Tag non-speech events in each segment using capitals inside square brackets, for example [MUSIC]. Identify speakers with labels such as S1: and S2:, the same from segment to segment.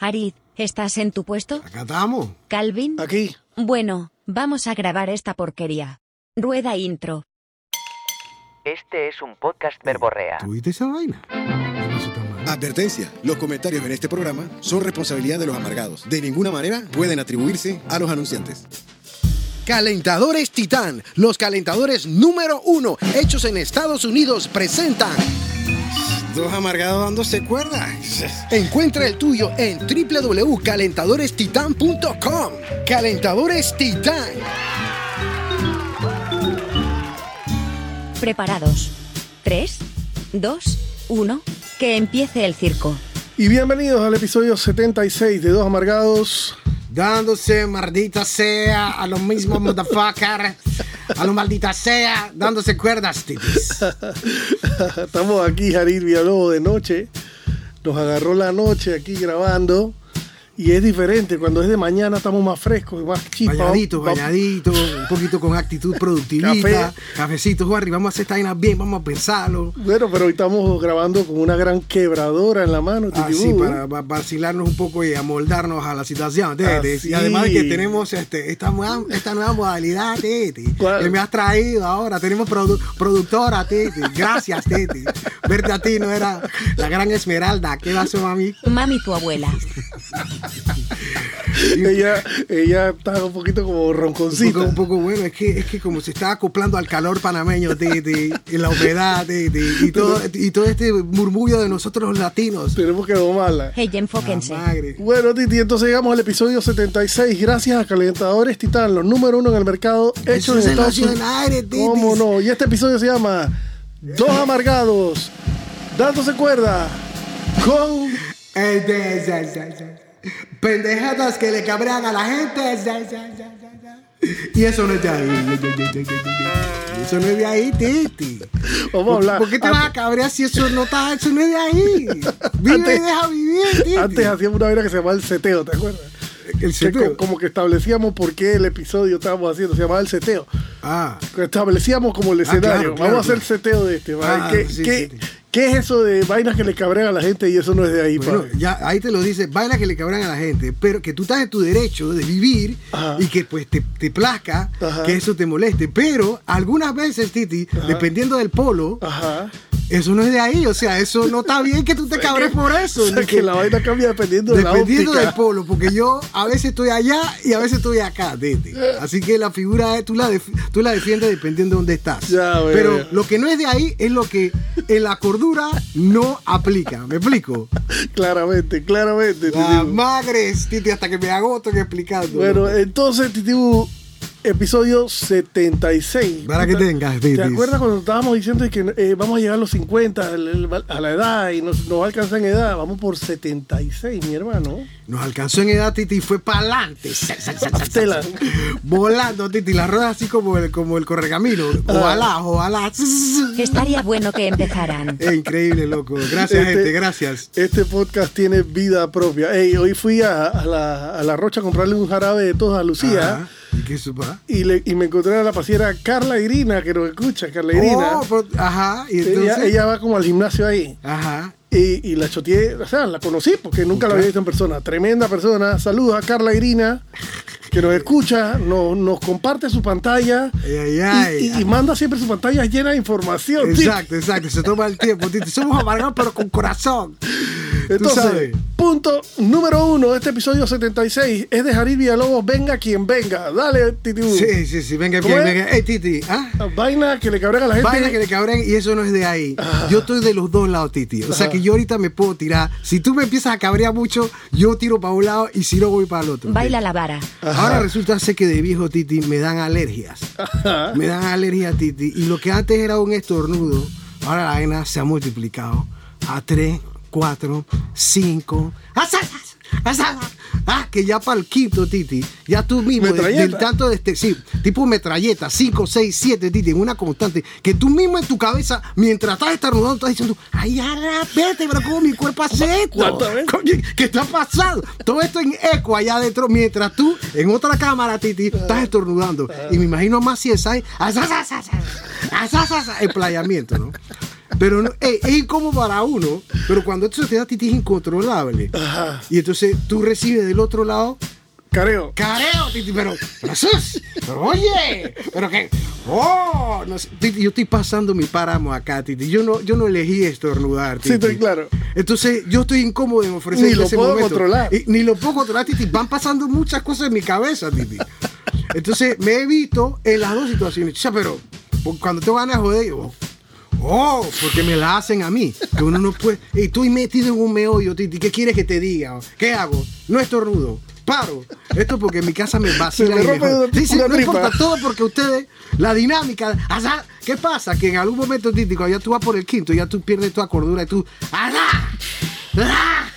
S1: Arid, ¿estás en tu puesto?
S2: Acá estamos.
S1: ¿Calvin?
S3: Ah.
S2: Aquí.
S1: Bueno, vamos a grabar esta porquería. Rueda intro.
S4: Este es un podcast verborrea.
S2: ¿Tuviste esa vaina? No pasó tan mal.
S3: Advertencia, los comentarios en este programa son responsabilidad de los amargados. De ninguna manera pueden atribuirse a los anunciantes. Calentadores Titán, los calentadores número uno, hechos en Estados Unidos, presentan.
S2: Dos amargados dándose cuerda.
S3: Encuentra el tuyo en www.calentadorestitan.com. Calentadores Titán.
S1: ¿Preparados? ¿Tres? ¿Dos? ¿Uno? Que empiece el circo.
S5: Y bienvenidos al episodio 76 de Dos Amargados. [LAUGHS]
S2: Dándose, maldita sea, a los mismos motherfucker. A los maldita sea, dándose cuerdas, titis.
S5: Estamos aquí, Jarir Villalobos, de noche. Nos agarró la noche aquí grabando. Y es diferente, cuando es de mañana estamos más frescos y más chispa.
S2: Bañadito,
S5: Vamos-
S2: bañadito, un poquito con actitud productivista. Cafecito, Juarri, vamos a hacer esta vaina bien, vamos a pensarlo.
S5: Bueno, pero hoy estamos grabando con una gran quebradora en la mano,
S2: Así,
S5: Titibú.
S2: Ah, para, va- vacilarnos un poco y amoldarnos a la situación. tete.
S5: Así.
S2: Y además de que tenemos este, esta, nueva, esta nueva modalidad, Tete,
S5: ¿Cuál?
S2: que me has traído ahora. Tenemos produ- productora, Tete. Gracias, Tete. Verte a ti no era la gran esmeralda. ¿Qué pasó, mami?
S1: Mami, tu abuela.
S5: Ella, ella está un poquito como
S2: Un
S5: ronconcita.
S2: poco, un poco bueno, es que, es que como se está acoplando al calor panameño, Tete, y la humedad, Tete, y todo, y todo este murmullo de nosotros los latinos.
S5: Tenemos que domarla.
S1: Hey, enfóquense.
S2: La madre.
S5: Bueno, Titi, entonces llegamos al episodio 76. Gracias a Calentadores Titán, los número uno en el mercado,
S2: Eso
S5: hechos en
S2: es
S5: Estados
S2: el ocio
S5: Unidos.
S2: del aire, Titis.
S5: ¿Cómo no? Y este episodio se llama Dos Amargados, dándose cuerda con.
S2: Eh, de- za- za- za. Pendejadas que le cabrean a la gente. za- za- za- za- za. Y eso no es de ahí. Eso no es de ahí, Titi.
S5: Vamos a hablar.
S2: ¿Por qué te
S5: Antes-
S2: vas a cabrear si eso no está? Eso no es de ahí. Vive
S5: Antes-
S2: y deja vivir, Titi.
S5: Antes hacíamos una vaina que se llamaba el seteo, ¿te acuerdas?
S2: el
S5: Que co-
S2: seteo.
S5: como que establecíamos por qué el episodio estábamos haciendo, se llamaba el seteo.
S2: Ah,
S5: Establecíamos como el escenario.
S2: claro, claro,
S5: Vamos a hacer el
S2: claro.
S5: seteo de este. ¿vale?
S2: Ah,
S5: ¿Qué,
S2: sí,
S5: qué-
S2: sí.
S5: qué es eso de vainas que le cabrean a la gente y eso no es de ahí,
S2: bueno,
S5: padre?
S2: ya ahí te lo dice, baila que le cabrean a la gente, pero que tú estás en tu derecho de vivir
S5: Ajá.
S2: y que pues te, te plazca
S5: Ajá.
S2: que eso te moleste. Pero algunas veces, Titi, dependiendo del polo,
S5: Ajá.
S2: Eso no es de ahí, o sea, eso no está bien que tú te cabres por eso.
S5: [LAUGHS] O sea,
S2: ni
S5: que la vaina cambia dependiendo de la
S2: Dependiendo del
S5: óptica.
S2: polo, porque yo a veces estoy allá y a veces estoy acá, Tete. Así que la figura eh, tú la, def- tú la defiendes dependiendo de dónde estás.
S5: Ya, veo,
S2: Pero
S5: ya.
S2: lo que no es de ahí es lo que en la cordura no aplica. ¿Me explico?
S5: Claramente, claramente.
S2: La
S5: Titibú.
S2: madres, Titi, hasta que me agoto que explicando.
S5: Bueno, eh, entonces, Titibú, episodio 76.
S2: Para que
S5: Puta,
S2: tengas,
S5: ¿Te
S2: Titis.
S5: acuerdas cuando estábamos diciendo que eh, vamos a llegar a los 50 al- al- a la edad y nos, nos va a alcanzar en edad? Vamos por 76, mi hermano.
S2: Nos alcanzó en edad, Titi, y fue para adelante.
S5: Tela.
S2: Volando, Titi, las ruedas así como el, como el correcamino.
S5: Ah.
S2: Ojalá, ojalá.
S1: Estaría bueno que empezaran.
S2: Es increíble, loco. Gracias,
S5: Este-
S2: gente, gracias.
S5: Este podcast tiene vida propia. Ey, hoy fui a, a la, a la Rocha a comprarle un jarabe de tos a Lucía.
S2: Ajá. ¿Y qué supa?
S5: Y, le- y me encontré a la pasiera Carla Irina, que nos escucha, Carla Irina.
S2: Oh, pero- ajá, y entonces.
S5: ella, ella va como al gimnasio ahí.
S2: Ajá.
S5: Y, y la choteé, o sea, la conocí porque nunca la había visto en persona. Tremenda persona. Saludos a Carla Irina, que nos escucha, nos, nos comparte su pantalla.
S2: Ay, ay, ay.
S5: y, y- y manda siempre su pantalla llena de información. sí.
S2: Exacto, exacto. Se toma el tiempo, Titi. Somos amargados, pero con corazón. Tú
S5: Entonces,
S2: sabes.
S5: punto número uno de este episodio 76 es de Jarir Villalobos, venga quien venga. Dale, Titibú.
S2: Sí, sí, sí. Venga,
S5: ¿Cómo
S2: venga,
S5: es? Este-
S2: venga. Ey, Titi, ¿ah?
S5: Vaina que le cabrean a la gente.
S2: Vaina que le cabrean y eso no es de ahí.
S5: Ah.
S2: Yo estoy de los dos lados, Titi. O sea que yo ahorita me puedo tirar. Si tú me empiezas a cabrear mucho, yo tiro para un lado y si no voy para el otro.
S1: Baila la vara.
S2: Ahora resulta ser que de viejo Titi me dan alergias.
S5: Ajá.
S2: Me dan alergia Titi. Y lo que antes era un estornudo, ahora la vaina se ha multiplicado a 3, 4, 5. Ah, que ya para el quinto, Titi. Ya tú mismo, de-
S5: Metralleta.
S2: del tanto de este, sí, tipo metralleta, 5, 6, 7, Titi, en una constante. Que tú mismo en tu cabeza, mientras estás estornudando, estás diciendo, ay, ahora, vete, pero cómo mi cuerpo hace esto.
S5: ¿Cuántas veces?
S2: Oye, ¿Qué está pasando? Todo esto en eco allá adentro, mientras tú en otra cámara, Titi, estás "Ah, estornudando. Y me imagino más si es ahí, asá, asá, asá, asá, asá, asá, emplayamiento, ¿no? Pero no- eh, es incómodo para uno, pero cuando esto se te da a ti es incontrolable.
S5: Ajá.
S2: Y entonces tú recibes del otro lado
S5: Careo.
S2: careo, Titi, pero, pero sus, pero oye, pero que, oh, no sé, Titi, yo estoy pasando mi páramo acá, Titi, yo no, yo no elegí estornudar, Titi.
S5: Sí, estoy claro.
S2: Entonces, yo estoy incómodo en ofrecer
S5: Ni lo
S2: ese
S5: puedo
S2: momento.
S5: controlar.
S2: Y- ni lo puedo controlar, Titi, van pasando muchas cosas en mi cabeza, Titi. Entonces, me he visto en las dos situaciones, Chicha, pero por- cuando te van a joder, yo, oh, porque me la hacen a mí, que uno no puede, y estoy metido en un meollo, Titi, ¿qué quieres que te diga? ¿Qué hago? No estornudo. Paro. Esto porque en mi casa me va
S5: Se me
S2: Sí, la
S5: rompe
S2: mejor.
S5: una-
S2: Sí, sí,
S5: una
S2: no
S5: tripa.
S2: importa todo porque ustedes, la dinámica. ajá, ¿Qué pasa? Que en algún momento títico, ya tú vas por el quinto, ya tú pierdes toda cordura y tú. ajá, ajá.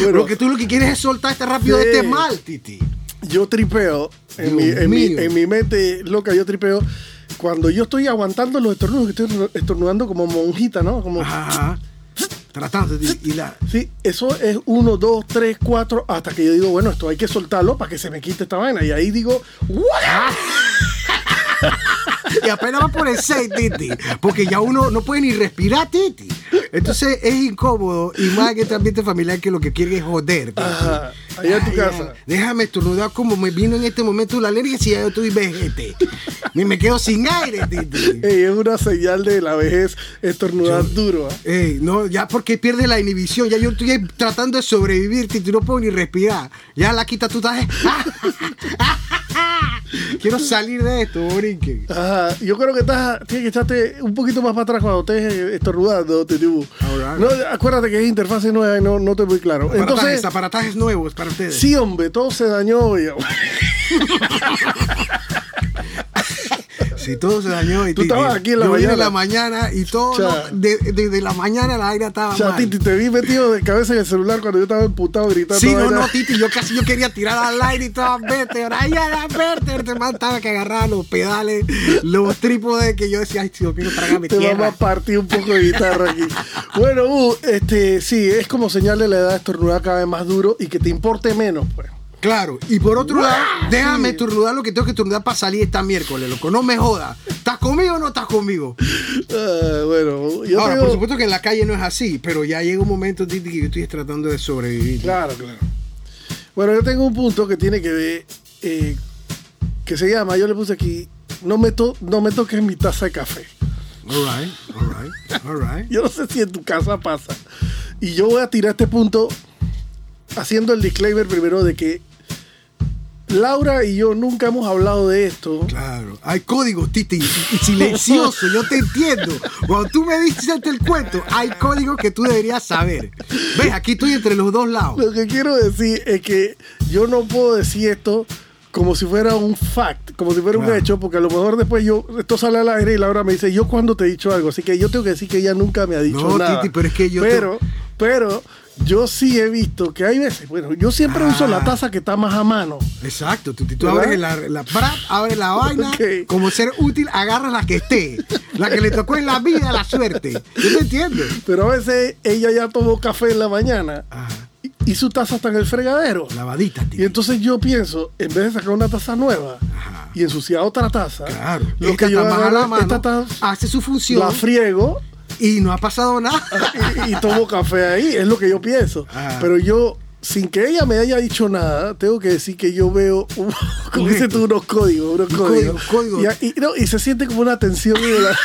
S5: Bueno.
S2: Lo que tú lo que quieres es soltarte rápido de este
S5: Sí.
S2: mal, Titi.
S5: Yo tripeo,
S2: Dios
S5: en mi, en, mi,
S2: mío.
S5: en mi mente loca, yo tripeo. Cuando yo estoy aguantando los estornudos, que estoy estornudando como monjita, ¿no? Como,
S2: Ajá. Tratando de. Y la,
S5: sí, eso es uno, dos, tres, cuatro, hasta que yo digo, bueno, esto hay que soltarlo para que se me quite esta vaina. Y ahí digo, ¡guau!
S2: Y apenas va por el 6, Titi. Porque ya uno no puede ni respirar, Titi. Entonces es incómodo. Y más en este ambiente familiar que lo que quiere es joder. Titi.
S5: Ajá, allá en tu
S2: Ay,
S5: casa.
S2: ay, Déjame estornudar como me vino en este momento la alergia si ya yo estoy vejete. Ni me quedo sin aire, Titi.
S5: Ey, es una señal de la vejez estornudar duro. ¿ah?
S2: Ey, no, ya porque pierde la inhibición. Ya yo estoy tratando de sobrevivir, Titi. No puedo ni respirar. Ya la quita tú estás. [LAUGHS] Quiero salir de esto, Borinque.
S5: Ajá, yo creo que estás, tienes que echarte un poquito más para atrás cuando estés eh, estornudando, Titibu.
S2: Alright.
S5: No, acuérdate que es interfase nueva y no, no te voy claro.
S2: Entonces,
S5: Entonces,
S2: aparatajes nuevos para ustedes.
S5: sí, hombre, todo se dañó. oye. [LAUGHS]
S2: Si todo se dañó y
S5: Tú
S2: Titi,
S5: estabas aquí en la
S2: yo vine
S5: mañana.
S2: en la mañana y todo
S5: Cha.
S2: lo- de- desde la mañana la aire estaba
S5: O sea,
S2: mal.
S5: Titi, te vi metido de cabeza en el celular cuando yo estaba emputado gritando.
S2: Sí, no,
S5: vaina.
S2: no, Titi, yo casi yo quería tirar al aire y todas vete, ahora ya era vete, este man estaba que agarraba los pedales, los trípodes que yo decía, ay, tío, quiero tragar mi
S5: Te vamos
S2: tierra.
S5: a partir un poco de
S2: [LAUGHS]
S5: guitarra aquí. Bueno, Hugo, este, sí, es como señal de la edad estornudar cada vez más duro y que te importe menos, pues.
S2: Claro, y por otro lado, déjame turnudar lo que tengo que turnudar para salir esta miércoles, loco, no me jodas. ¿Estás conmigo o no estás conmigo?
S5: Ah, bueno, yo
S2: Ahora,
S5: te
S2: por
S5: digo-
S2: supuesto que en la calle no es así, pero ya llega un momento, Titi, que yo estoy tratando de sobrevivir.
S5: Claro, claro. Bueno, yo tengo un punto que tiene que ver, eh, que se llama, yo le puse aquí, no me, to- no me toques mi taza de café.
S2: All right, all right, all right.
S5: Yo no sé si en tu casa pasa. Y yo voy a tirar este punto haciendo el disclaimer primero de que Laura y yo nunca hemos hablado de esto.
S2: Claro, hay códigos, Titi, y- y silencioso, yo te entiendo. Cuando tú me dices el cuento, hay códigos que tú deberías saber. Ves, aquí estoy entre los dos lados.
S5: Lo que quiero decir es que yo no puedo decir esto como si fuera un fact, como si fuera un
S2: Claro.
S5: hecho, porque a lo mejor después yo, esto sale al aire y Laura me dice, yo cuando te he dicho algo, así que yo tengo que decir que ella nunca me ha dicho
S2: No,
S5: nada.
S2: Titi, pero es que yo te-
S5: Pero, pero yo sí he visto que hay veces, bueno, yo siempre
S2: Ah.
S5: uso la taza que está más a mano.
S2: Exacto, tú, tú
S5: ¿Verdad?
S2: abres la, la prap, abres la vaina,
S5: Ok.
S2: como ser útil, agarras la que esté, la que le tocó en la vida, la suerte. Yo te entiendo.
S5: Pero a veces ella ya tomó café en la mañana
S2: Ajá.
S5: y, y su taza está en el fregadero.
S2: Ah, Lavadita,
S5: Y
S2: Titi.
S5: entonces yo pienso, en vez de sacar una taza nueva
S2: Ajá.
S5: y ensuciar otra taza,
S2: Claro,
S5: lo
S2: esta
S5: que yo
S2: está más a la
S5: agarro,
S2: mano,
S5: esta taza
S2: hace su función
S5: la friego
S2: y no ha pasado
S5: [LAUGHS]
S2: nada.
S5: y, y tomo café ahí, es lo que yo pienso.
S2: Ajá.
S5: Pero yo, sin que ella me haya dicho nada, tengo que decir que yo veo, un- [LAUGHS] como dices tú, unos códigos, unos
S2: Un
S5: códigos.
S2: código, código.
S5: Y, y- no, y se siente como una tensión. en la-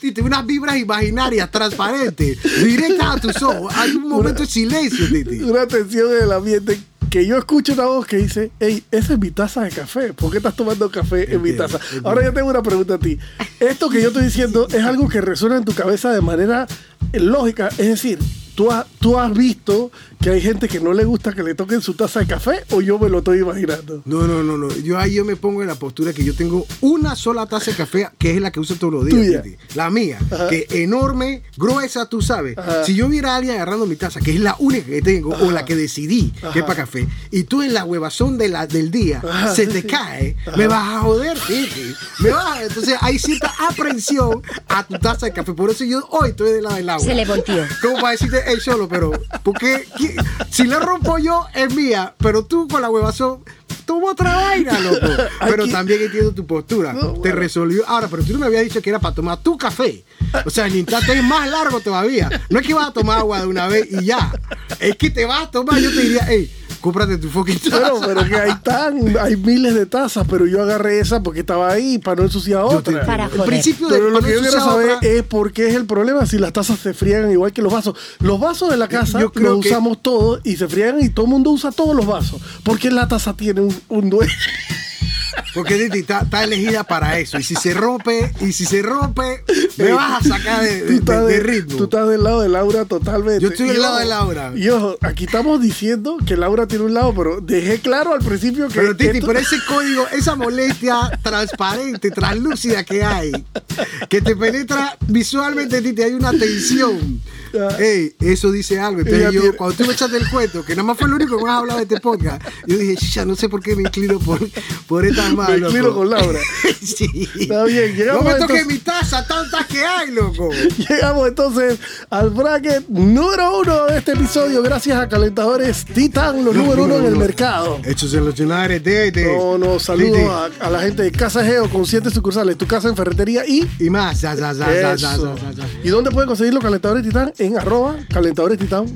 S2: Titi, unas vibras imaginarias, transparentes, directas a tus ojos. Hay un momento de silencio, Titi.
S5: [LAUGHS] una tensión en el ambiente que yo escucho una voz que dice, hey, esa es mi taza de café, ¿por qué estás tomando café en mi
S2: Entiendo,
S5: taza?
S2: entiendo.
S5: Ahora yo tengo una pregunta a ti. Esto que yo estoy diciendo es algo que resuena en tu cabeza de manera eh, lógica, es decir, ¿tú has, tú has visto que hay gente que no le gusta que le toquen su taza de café o yo me lo estoy imaginando?
S2: No, no, no, no. Yo ahí yo me pongo en la postura que yo tengo una sola taza de café, que es la que uso todos los días.
S5: Tuya.
S2: Titi. La mía,
S5: Ajá.
S2: que enorme, gruesa, tú sabes.
S5: Ajá.
S2: Si yo viera a alguien agarrando mi taza, que es la única que tengo o la que decidí que es
S5: Ajá.
S2: para café, y tú en la huevazón de la, del día
S5: Ajá,
S2: se
S5: sí,
S2: te
S5: sí.
S2: cae, me vas a joder, Titi. Me vas a- Entonces hay cierta aprensión a tu taza de café. Por eso yo hoy estoy de lado del agua.
S1: Se le volteó.
S2: ¿Cómo para decirte, hey, solo, pero, porque si la rompo yo, es mía, pero tú con la huevazón, toma otra vaina,
S5: [LAUGHS]
S2: loco. Pero
S5: Aquí-
S2: también entiendo tu postura.
S5: No,
S2: Te
S5: bueno.
S2: resolvió. Ahora, pero tú no me habías dicho que era para tomar tu café. O sea, el instante es más largo todavía. No es que vas a tomar agua de una vez y ya. Es que te vas a tomar. Yo te diría, hey, cómprate tu fucking taza".
S5: Bueno, pero que hay tan, hay miles de tazas, pero yo agarré esa porque estaba ahí para no ensuciar
S2: Yo te
S5: otra.
S1: Para joder.
S2: entiendo. El principio de
S5: Pero lo
S2: cuando
S5: que yo
S2: tú
S5: quiero
S2: usas
S5: saber
S2: otra-
S5: es por qué es el problema si las tazas se friegan igual que los vasos. Los vasos de la casa
S2: Eh, yo creo
S5: los
S2: que-
S5: usamos todos y se friegan y todo el mundo usa todos los vasos. ¿Por qué la taza tiene un, un dueño?
S2: Porque Titi está, está elegida para eso. Y si se rompe, y si se rompe, [LAUGHS] me vas a sacar de, de-
S5: estás
S2: de- de
S5: de-
S2: ritmo.
S5: tú estás del lado de Laura totalmente.
S2: Yo estoy del
S5: Y
S2: lado de
S5: ojo,
S2: Laura.
S5: Y ojo, aquí estamos diciendo que Laura tiene un lado, pero dejé claro al principio que.
S2: Pero Titi,
S5: esto-
S2: por ese código, esa molestia transparente, translúcida que hay, que te penetra visualmente, Titi, hay una tensión.
S5: Ah.
S2: Ey, eso dice algo.
S5: Ella
S2: Entonces yo,
S5: tiene-
S2: cuando tú me echaste el cuento, que nada más fue el único que más hablaba de este podcast, yo dije, ya no sé por qué me inclino por, por esta mano.
S5: me inclino con Laura.
S2: [LAUGHS] sí.
S5: Está bien, llegamos
S2: No me toques
S5: entonces-
S2: mi taza, tantas que hay, loco.
S5: Llegamos entonces al bracket número uno de este episodio, gracias a Calentadores Titan, los número uno en el mercado.
S2: Hechos en los lunares, Tete.
S5: No, no, saludos a, a la gente de Casa Geo con siete sucursales, tu casa en ferretería y.
S2: Y más, ya, ya, ya, ya, ya,
S5: Eso.
S2: ya, ya.
S5: ¿Y dónde pueden conseguir los calentadores titán? En arroba calentadores titán.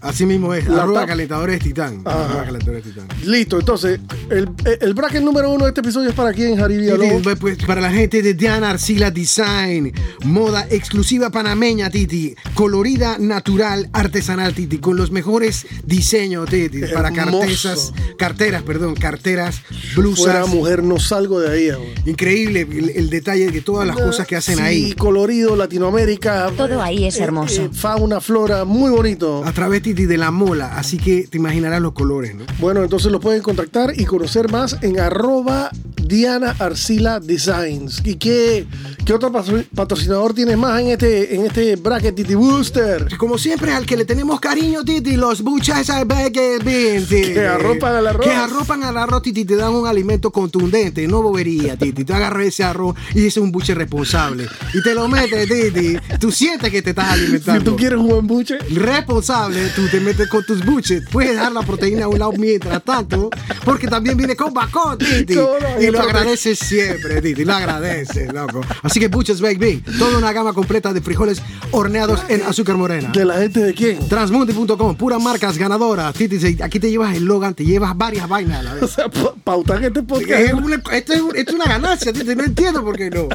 S2: Así mismo es,
S5: La
S2: arroba
S5: tap-
S2: calentadores titán.
S5: Ajá.
S2: Arroba calentadores titán.
S5: Listo, entonces, el, eh, el bracket número uno de este episodio es para quién, Jari
S2: Titi,
S5: Villalobos.
S2: pues, pues, para la gente de Diana Arcila Design, moda exclusiva panameña, Titi, colorida, natural, artesanal, Titi, con los mejores diseños, Titi, para
S5: Hermoso.
S2: carteras, carteras, perdón, carteras,
S5: Fuera
S2: blusas.
S5: mujer, no salgo de ahí. amor.
S2: Increíble el, el detalle de todas las cosas que hacen
S5: Sí,
S2: ahí.
S5: colorido, Latinoamérica. Eh,
S1: Todo ahí es hermoso.
S5: fauna, flora, muy bonito.
S2: A través, Titi, de la mola, así que te imaginarás los colores, ¿no?
S5: Bueno, entonces los pueden contactar y conocer más en arroba Diana Arcila Designs. ¿Y qué, qué otro patro- patrocinador tienes más en este, en este bracket, Titi Booster?
S2: Como siempre, al que le tenemos cariño, Titi, los buchas al Burger Bean, Titi.
S5: Que arropan al arroz.
S2: Que arropan al arroz, Titi, te dan un alimento contundente, no bobería, Titi. Te agarras ese arroz y es un buche responsable. Y te lo metes, Titi. Tú sientes que te estás alimentando.
S5: Si tú quieres un buen buche,
S2: Responsable, tú te metes con tus buches. Puedes dejar la proteína a un lado mientras tanto, porque también viene con bacon, Titi.
S5: ¿Cómo no?
S2: Y lo agradeces siempre, Titi. Lo agradeces, loco. Así que buches Baked Bean, toda una gama completa de frijoles horneados en azúcar morena.
S5: ¿de la gente de quién? [LAUGHS]
S2: Transmundi.com, puras marcas ganadoras. Titi, se- aquí te llevas el Logan, te llevas varias vainas a la
S5: O
S2: [LAUGHS] vez.
S5: sea, pa- pautar este
S2: Es
S5: podcast.
S2: una- esto, es, un- esto es una ganancia, Titi. No entiendo por qué no.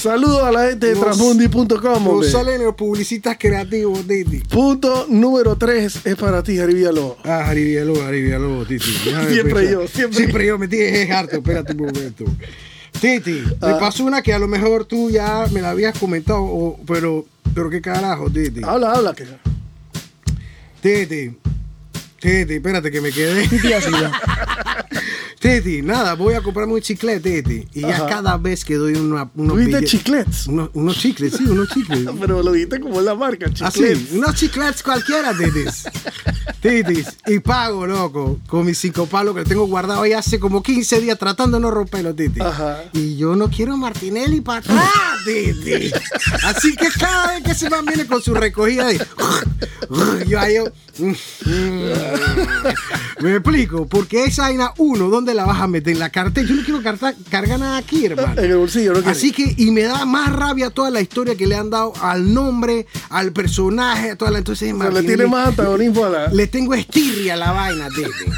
S5: Saludos a la gente de
S2: Nos-
S5: transmundi.com.
S2: No
S5: hombre.
S2: salen los publicistas creativos, Titi.
S5: Punto número 3 es para ti, Jari Villalobos.
S2: Ah, Arivielo, Arivielo, Titi. Déjame
S5: Siempre yo, siempre
S2: yo. me tienes harto, espérate un momento. Titi, me pasó una que a lo mejor tú ya me la habías comentado, o- pero, pero qué carajo, Titi.
S5: Habla, habla. Que...
S2: Titi, Titi, espérate que me quedé.
S1: Dios
S2: [LAUGHS]
S1: mío.
S2: Titi, nada, voy a comprarme un chicle, Titi. Y ya
S5: Ajá.
S2: cada vez que doy una, unos
S5: ¿Tuviste
S2: billetes-
S5: chiclets? [LAUGHS]
S2: Unos, unos chicles, sí, unos chicles.
S5: Pero lo dijiste como es la marca,
S2: Así,
S5: chiclets.
S2: unos chiclets cualquiera, Titis. Titis. Y pago, loco, con mis cinco palos que los tengo guardado ahí hace como 15 días tratando de no romperlos, Titis.
S5: Ajá.
S2: Y yo no quiero Martinelli para atrás, Titis. Así que cada vez que ese man viene con su recogida de... [LAUGHS] Yo ahí... [LAUGHS] yo, Me explico, porque esa vaina, uno, ¿dónde la vas a meter? En la cartera. Yo no quiero carta- cargar nada aquí, hermano.
S5: En el bolsillo, ¿no?
S2: Así que, y me da más rabia toda la historia que le han dado al nombre, al personaje, a toda la. Entonces,
S5: O sea, le
S2: Martinelli,
S5: tiene más antagonismo a la.
S2: le tengo estirria a la vaina,
S5: [LAUGHS]
S2: Titi.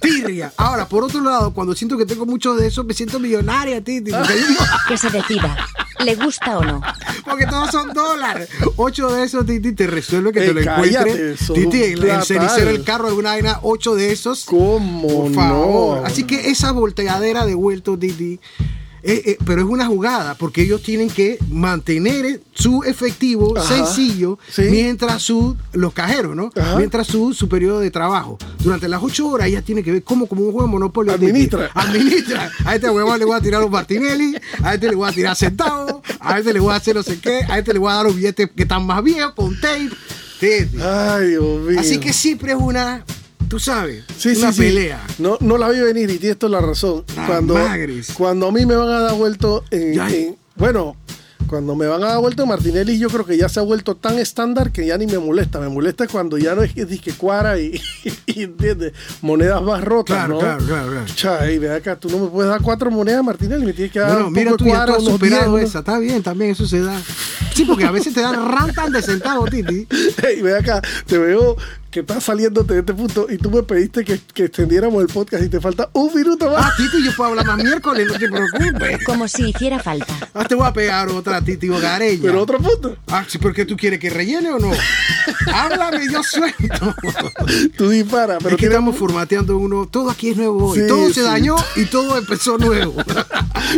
S2: Tirria. Ahora, por otro lado, cuando siento que tengo mucho de eso, me siento millonaria, Titi. Porque, hay un mo-
S1: Que se decida. ¿Le gusta o no?
S2: porque todos son dólares. Ocho de esos, Titi, te resuelve que
S5: Ey,
S2: te lo
S5: cállate,
S2: encuentres.
S5: son
S2: Titi, el- el
S5: platal.
S2: cenicero del carro, alguna vaina, ocho de esos.
S5: ¿Cómo
S2: Por
S5: no?
S2: favor. Así que esa volteadera de vuelto, Titi. eh, eh, pero es una jugada porque ellos tienen que mantener su efectivo
S5: Ajá.
S2: sencillo
S5: Sí.
S2: mientras su, los cajeros, ¿no?
S5: Ajá.
S2: Mientras su, su periodo de trabajo. Durante las ocho horas ellas tienen que ver cómo, como un juego de monopolio. Titi.
S5: Administra.
S2: [LAUGHS] Administra. A este huevón le voy a tirar los Martinelli, a este le voy a tirar centavos, a este le voy a hacer no sé qué, a este le voy a dar los billetes que están más viejos con tape. Titi.
S5: Ay, Dios mío.
S2: Así que siempre es una, tú sabes,
S5: Sí,
S2: una
S5: sí, sí.
S2: pelea.
S5: No, no la vi venir y tienes toda la razón.
S2: Ah,
S5: cuando,
S2: magres.
S5: cuando a mí me van a dar vuelto en,
S2: Ya.
S5: en- Bueno, Cuando me van a dar vuelta Martinelli, yo creo que ya se ha vuelto tan estándar que ya ni me molesta. Me molesta cuando ya no es que disque cuara y, [LAUGHS] y, ¿entiendes? monedas más rotas.
S2: Claro,
S5: ¿no?
S2: claro, claro, claro.
S5: Cha, y ve acá, tú no me puedes dar cuatro monedas, Martinelli, me tienes que dar
S2: Bueno,
S5: un
S2: mira,
S5: poco
S2: tú
S5: de
S2: ya tú
S5: cuara,
S2: has
S5: unos
S2: superado
S5: diez,
S2: esa, está bien, también eso se da. Sí, porque a veces te dan rantan de centavo, Titi.
S5: [LAUGHS] Y ve acá, te veo que estás saliéndote de este punto y tú me pediste que, que extendiéramos el podcast y te falta un minuto
S2: Ah,
S5: más.
S2: Titi, yo puedo hablar más miércoles, no te preocupes.
S1: Como si hiciera falta.
S2: Ah, te voy a pegar otra, Titi Hogareña.
S5: Pero otro punto.
S2: Ah, sí, ¿por qué tú quieres que rellene
S5: [LAUGHS]
S2: o no? Háblame, yo suelto.
S5: Tú dispara, pero
S2: es que
S5: tienes-
S2: estamos formateando uno. Todo aquí es nuevo hoy.
S5: Sí,
S2: todo
S5: sí.
S2: se dañó y todo empezó
S5: [LAUGHS]
S2: nuevo.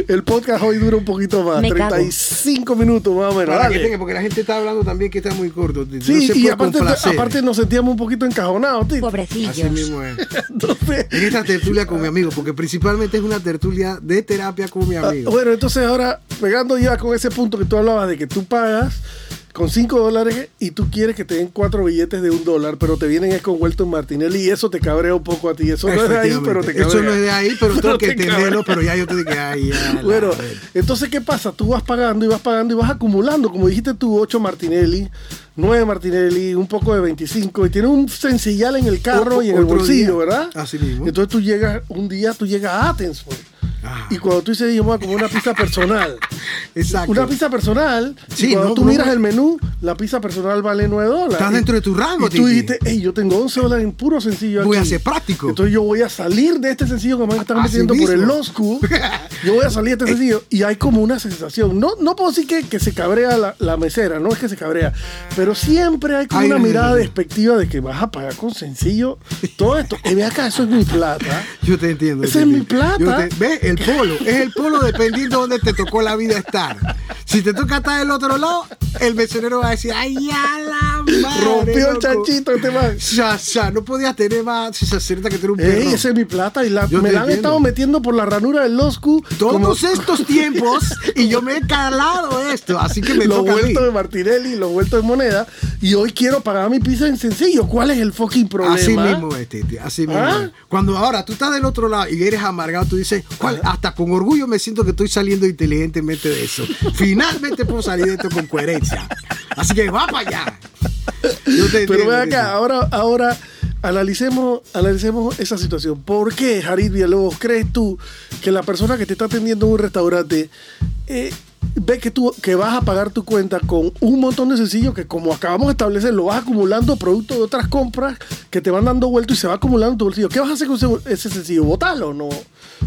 S5: el podcast hoy dura un poquito más,
S1: Me cago.
S5: 35 minutos más o menos.
S2: Para que
S5: dale.
S2: tenga, porque la gente está hablando también que está muy corto. Titi.
S5: Sí,
S2: no se
S5: y
S2: puede
S5: aparte,
S2: complacer.
S5: aparte nos sentíamos un poquito encajonados, tío.
S2: Así
S1: Pobrecillos.
S2: mismo es.
S5: Entonces,
S2: En esta tertulia con mi amigo, porque principalmente es una tertulia de terapia con mi
S5: ah,
S2: amigo.
S5: bueno, entonces ahora, pegando ya con ese punto que tú hablabas de que tú pagas con 5 dólares y tú quieres que te den cuatro billetes de un dólar, pero te vienen es con Welton Martinelli y eso te cabrea un poco a ti. Eso no es de ahí, pero te
S2: Efectivamente.
S5: cabrea.
S2: Eso no es de
S5: [LAUGHS]
S2: ahí, pero tengo que
S5: te cabrea.
S2: entenderlo. Pero ya yo te dije, ay, ya. la
S5: [LAUGHS] Bueno,
S2: red.
S5: entonces, ¿qué pasa? Tú vas pagando y vas pagando y vas acumulando, como dijiste tú, 8 Martinelli, 9 Martinelli, un poco de 25, y tiene un sencillal en el carro
S2: O-
S5: y en el
S2: otro
S5: bolsillo,
S2: día.
S5: ¿verdad?
S2: Así mismo.
S5: Entonces tú llegas, un día tú llegas a Athens, pues.
S2: Ah.
S5: Y cuando tú dices, yo me voy a comer una pizza personal.
S2: Exacto.
S5: Una pizza personal, y
S2: Ah, Sí,
S5: cuando
S2: no,
S5: tú
S2: broma.
S5: miras el menú, la pizza personal vale 9 dólares.
S2: Estás
S5: Y-
S2: dentro de tu rango,
S5: Y tú
S2: Titi.
S5: dijiste, hey, yo tengo 11 dólares en puro sencillo
S2: Voy a
S5: aquí.
S2: ser práctico.
S5: Entonces yo voy a salir de este sencillo que me están
S2: Así
S5: metiendo por el
S2: mismo.
S5: law school.
S2: [LAUGHS]
S5: Yo voy a salir de este sencillo y hay como una sensación. No, no puedo decir que, que se cabrea la, la mesera, no es que se cabrea, pero siempre hay como
S2: Ay,
S5: una
S2: ay,
S5: mirada
S2: ay, ay.
S5: despectiva de que vas a pagar con sencillo todo esto. Y ve acá, eso es mi plata.
S2: Yo te entiendo.
S5: Esa
S2: te
S5: es mi
S2: entiendo. Yo
S5: plata.
S2: te- ¿Ves? El polo. Es el polo dependiendo de dónde te tocó la vida estar. Si te toca estar del otro lado, el mesonero va a decir, ¡ay, ya la madre!
S5: Rompió el
S2: loco".
S5: chanchito este man.
S2: Ya, ya, no podías tener más sinceridad que tener un perro.
S5: Ey, esa es mi plata y la,
S2: Yo
S5: me
S2: te
S5: la han
S2: entiendo.
S5: estado metiendo por la ranura del Loscu.
S2: Todos
S5: como-
S2: estos tiempos y yo me he calado de esto, así que me
S5: los
S2: toca a mí.
S5: vueltos de Martinelli, los vueltos de moneda. Y hoy quiero pagar mi pizza en sencillo. ¿Cuál es el fucking problema?
S2: Así mismo es, Titi, así mismo
S5: ¿Ah?
S2: es. Cuando ahora tú estás del otro lado y eres amargado, tú dices, "¿Cuál?
S5: ¿Ah?
S2: hasta con orgullo me siento que estoy saliendo inteligentemente de
S5: [LAUGHS]
S2: eso. Finalmente puedo salir de esto con coherencia. Así que va para allá. Yo te
S5: Pero
S2: entiendo,
S5: ven
S2: Titi.
S5: acá, ahora, ahora analicemos, analicemos esa situación. ¿Por qué, Jarid Villalobos, crees tú que la persona que te está atendiendo en un restaurante eh, ve que tú que vas a pagar tu cuenta con un montón de sencillos que, como acabamos de establecer, lo vas acumulando producto de otras compras que te van dando vuelto y se va acumulando en tu bolsillo? ¿Qué vas a hacer con ese, ese sencillo? ¿Botarlo o no?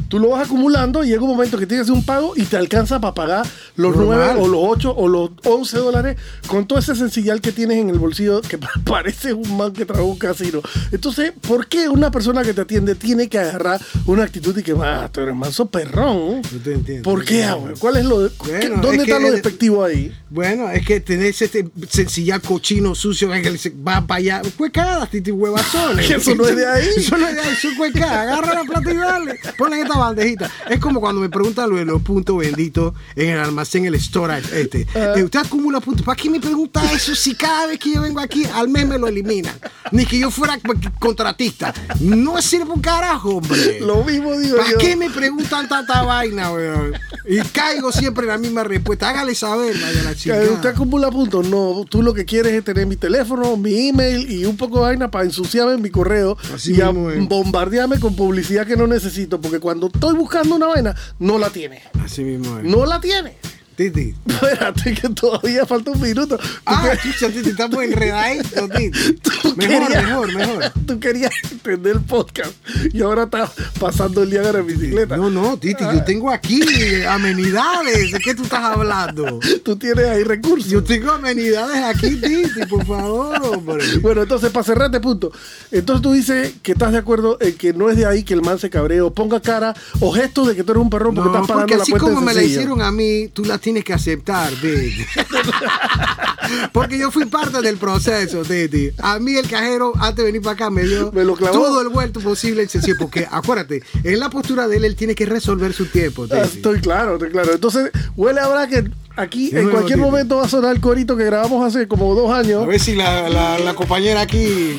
S5: Tú lo vas acumulando y llega un momento que tienes que hacer un pago y te alcanza para pagar los
S2: Normal.
S5: nueve o los 8 o los 11 dólares con todo ese sencillal que tienes en el bolsillo que [LAUGHS] pa- parece un man que trabaja en un casino. Entonces, ¿por qué una persona que te atiende tiene que agarrar una actitud y que, ah, tú eres manso perrón?
S2: Yo te entiendo.
S5: ¿Por
S2: Yo
S5: qué,
S2: te
S5: güey?
S2: entiendo.
S5: ¿Cuál es lo de-
S2: Bueno,
S5: qué-
S2: es
S5: ¿Dónde está
S2: que
S5: lo
S2: es-
S5: despectivo ahí?
S2: Bueno, es que tenés este sencilla cochino sucio que le dice, va para allá. Cuecadas, titi huevazones.
S5: Que [LAUGHS] eso no es de ahí.
S2: Eso no es de ahí, eso es cuecada. Agarra la plata y dale. Ponla en esta bandejita. Es como cuando me preguntan lo de los puntos benditos en el almacén, el storage este.
S5: Ah.
S2: Eh, ¿Usted acumula puntos? ¿Para qué me pregunta eso si cada vez que yo vengo aquí al mes me lo eliminan? Ni que yo fuera contratista. No sirve un carajo, hombre.
S5: Lo mismo digo
S2: ¿Para
S5: yo.
S2: qué me preguntan tanta vaina, weón? Y caigo siempre en la misma respuesta. Hágale saber, vaya la
S5: Que ¿Usted
S2: chingada.
S5: acumula puntos? No, tú lo que quieres es tener mi teléfono, mi email y un poco de vaina para ensuciarme en mi correo
S2: Así
S5: y a-
S2: mismo es.
S5: bombardearme con publicidad que no necesito, porque cuando estoy buscando una vaina, no la tiene.
S2: Así mismo es.
S5: No la tiene. [LAUGHS]
S2: Titi.
S5: Espérate que todavía falta un minuto. Tú
S2: Ah,
S5: que-
S2: chucha, Titi, estamos enredaditos, Titi.
S5: [LAUGHS] tú
S2: Mejor,
S5: querías-
S2: mejor, mejor.
S5: [LAUGHS] Tú querías entender el podcast y ahora estás pasando el día de la bicicleta.
S2: No, no, Titi, yo tengo aquí amenidades. ¿De qué tú estás hablando?
S5: [LAUGHS] Tú tienes ahí recursos.
S2: Yo tengo amenidades aquí, Titi, por favor, hombre.
S5: [LAUGHS] Bueno, entonces, para cerrar este punto, entonces tú dices que estás de acuerdo en que no es de ahí que el man se cabree o ponga cara o gestos de que tú eres un perrón porque
S2: No,
S5: estás parando
S2: porque
S5: la
S2: así
S5: puerta
S2: como
S5: de
S2: me la
S5: sencillo.
S2: hicieron a mí, tú la tienes que aceptar,
S5: [LAUGHS]
S2: Titi. porque yo fui parte del proceso, Titi. A mí el cajero, antes de venir para acá, me dio
S5: Me lo clavó.
S2: todo el vuelto posible. Sí, sí, Porque acuérdate, en la postura de él, él tiene que resolver su tiempo,
S5: Ah,
S2: Titi.
S5: Estoy claro, estoy claro. Entonces, huele a verdad que aquí
S3: Sí,
S5: en
S3: muy
S5: cualquier
S3: bonito.
S5: momento va a sonar el corito que grabamos hace como dos
S3: A
S5: años.
S3: ver si la, la- la compañera aquí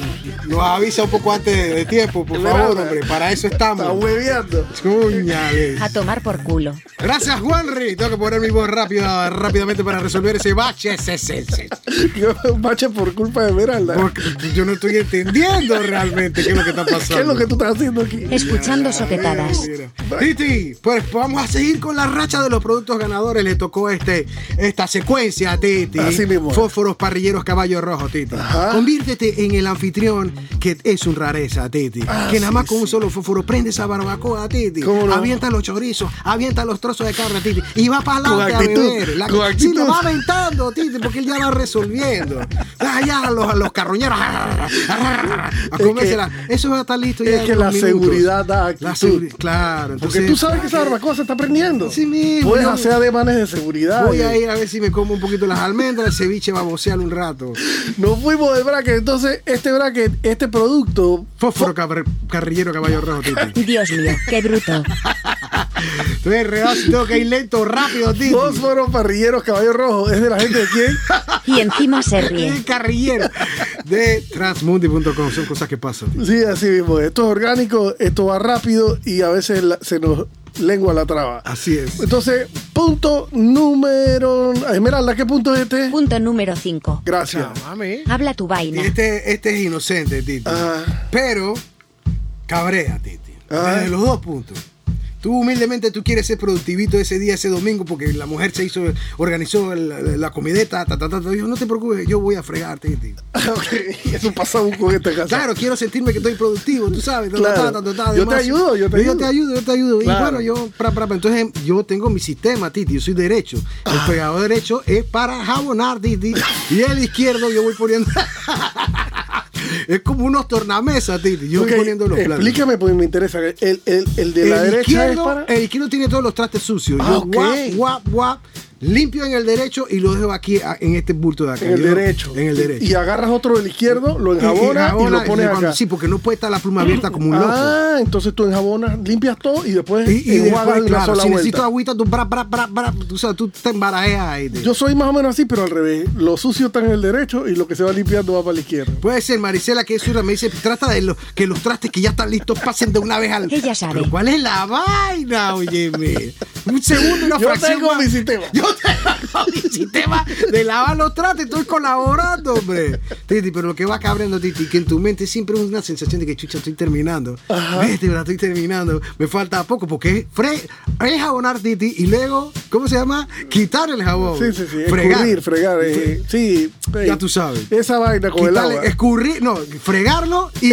S3: nos avisa un poco antes de, de tiempo, por favor, hombre. Para eso
S5: Está
S3: estamos.
S5: hueveando. [LAUGHS]
S3: Chuñales.
S1: A tomar por culo.
S3: Gracias, Juanri. Tengo que poner mi voz rápida, rápidamente para resolver ese bache. Ese, ese, ese.
S5: Un bache por culpa de Esmeralda.
S3: Porque yo no estoy entendiendo realmente qué es lo que está pasando.
S5: [LAUGHS] ¿Qué es lo que tú estás haciendo aquí?
S1: Escuchando soquetadas.
S3: Mira. Titi, pues vamos a seguir con la racha de los productos ganadores. Le tocó este, esta secuencia a Titi.
S5: Así mismo.
S3: Fósforos, parrilleros, caballo rojo, Titi.
S5: Ajá.
S3: Conviértete en el anfitrión que es un rareza, Titi.
S5: Ah,
S3: que nada
S5: sí,
S3: más con un
S5: sí.
S3: solo fósforo prende esa barbacoa, Titi.
S5: ¿Cómo no?
S3: Avienta los chorizos, avienta los trozos de carne, Titi. Y va para
S5: Con
S3: adelante a
S5: actitud,
S3: beber. La-
S5: con
S3: sí,
S5: actitud.
S3: lo va aventando, Titi, porque él ya va resolviendo. Allá a los, a los carroñeros. ah, A comérsela. Eso va a estar listo
S5: es
S3: en
S5: que
S3: unos
S5: la seguridad da actitud.
S3: La seguri- claro.
S5: Porque
S3: entonces,
S5: tú sabes que esa barbacoa se está prendiendo.
S3: Sí mismo,
S5: Puedes
S3: yo-
S5: hacer ademanes de seguridad.
S3: Voy a ir a ver si me como un poquito las almendras, el ceviche va a bocear un rato.
S5: Nos fuimos del bracket. Entonces, este bracket, este producto.
S3: Fósforo cabr- carrillero caballo rojo, Titi.
S1: Dios mío, qué bruto.
S3: Estoy enredado, si tengo que ir lento, rápido, Titi.
S5: Fósforo, parrilleros, caballo rojo. ¿Es de la gente de
S3: [LAUGHS]
S5: quién?
S1: Y encima se ríe.
S3: El carrillero de transmundi.com. Son cosas que pasan. Titi.
S5: Sí, así mismo. Esto es orgánico, esto va rápido y a veces la- se nos lengua la traba.
S3: Así es.
S5: Entonces, punto número. Esmeralda, ¿qué punto es este?
S1: Punto número 5.
S5: Gracias.
S3: Mami.
S1: Habla tu
S3: Y
S1: vaina.
S3: este, este es inocente, Titi.
S5: Ah.
S3: Pero cabrea, Titi.
S5: Ah.
S3: Desde los dos puntos. Tú humildemente tú quieres ser productivito ese día, ese domingo, porque la mujer se hizo, organizó la, la comideta, ta, ta, ta, ta. Yo, no te preocupes, yo voy a fregar, Titi.
S5: [LAUGHS] ok, es un pasabuco en esta casa.
S3: Claro, quiero sentirme que estoy productivo, tú sabes. ta, ta,
S5: Claro.
S3: ta, ta, ta, ta,
S5: Yo
S3: además.
S5: te ayudo, yo te ayudo.
S3: Yo te ayudo, yo te ayudo.
S5: Claro.
S3: Y bueno, yo, pra, pra, pra. entonces yo tengo mi sistema, Titi, yo soy derecho. El
S5: Ah.
S3: fregador derecho es para jabonar, Titi. Y el izquierdo yo voy poniendo... [LAUGHS] es como unos tornamesas, Titi. Yo pues,
S5: Ok,
S3: voy poniendo los platos.
S5: Explícame porque me interesa. El, el- el de la derecha es
S3: izquierdo,
S5: para.
S3: el izquierdo tiene todos los trastes sucios.
S5: Ah,
S3: Yo
S5: ok.
S3: guap, guap, guap, limpio en el derecho y lo dejo aquí a- en este bulto de acá.
S5: en el
S3: Yo lo-
S5: derecho.
S3: En el derecho.
S5: Y, agarras otro del izquierdo, lo enjabonas y,
S3: enjabona,
S5: lo pones
S3: cuando-
S5: acá.
S3: Sí, porque no puede estar la pluma abierta como un loco.
S5: ah, entonces tú enjabonas, limpias todo y después
S3: y y
S5: enjuagas
S3: después,
S5: de una
S3: claro,
S5: sola
S3: si
S5: vuelta.
S3: necesito agüita, tú, bra, bra, bra, bra, tú, sabes, tú te embarajeas ahí. de-
S5: Yo soy más o menos así, pero al revés. Lo sucio está en el derecho y lo que se va limpiando va para la izquierda.
S3: Puede ser, Marisela, que es zurda, me dice, trata de lo- que los trastes que ya están listos pasen de una vez al...
S1: Ella sabe.
S3: Pero ¿cuál es la vaina, óyeme? Un segundo, una
S5: Yo
S3: fracción
S5: tengo
S3: más.
S5: mi sistema.
S3: Yo tengo [LAUGHS] mi sistema de lavar los trastes, estoy colaborando, hombre. Titi, pero lo que va cabrando, Titi, que en tu mente siempre es una sensación de que, chucha, estoy terminando. Vete, pero estoy terminando. Me falta poco, porque es fre- es jabonar, Titi, y luego, ¿cómo se llama? Quitar el jabón.
S5: Sí, sí, sí.
S3: Fregar.
S5: Escurrir, fregar. eh, sí.
S3: Ya
S5: eh,
S3: tú sabes.
S5: Esa vaina con el
S3: Quitarle-
S5: agua.
S3: escurrir, no, fregarlo y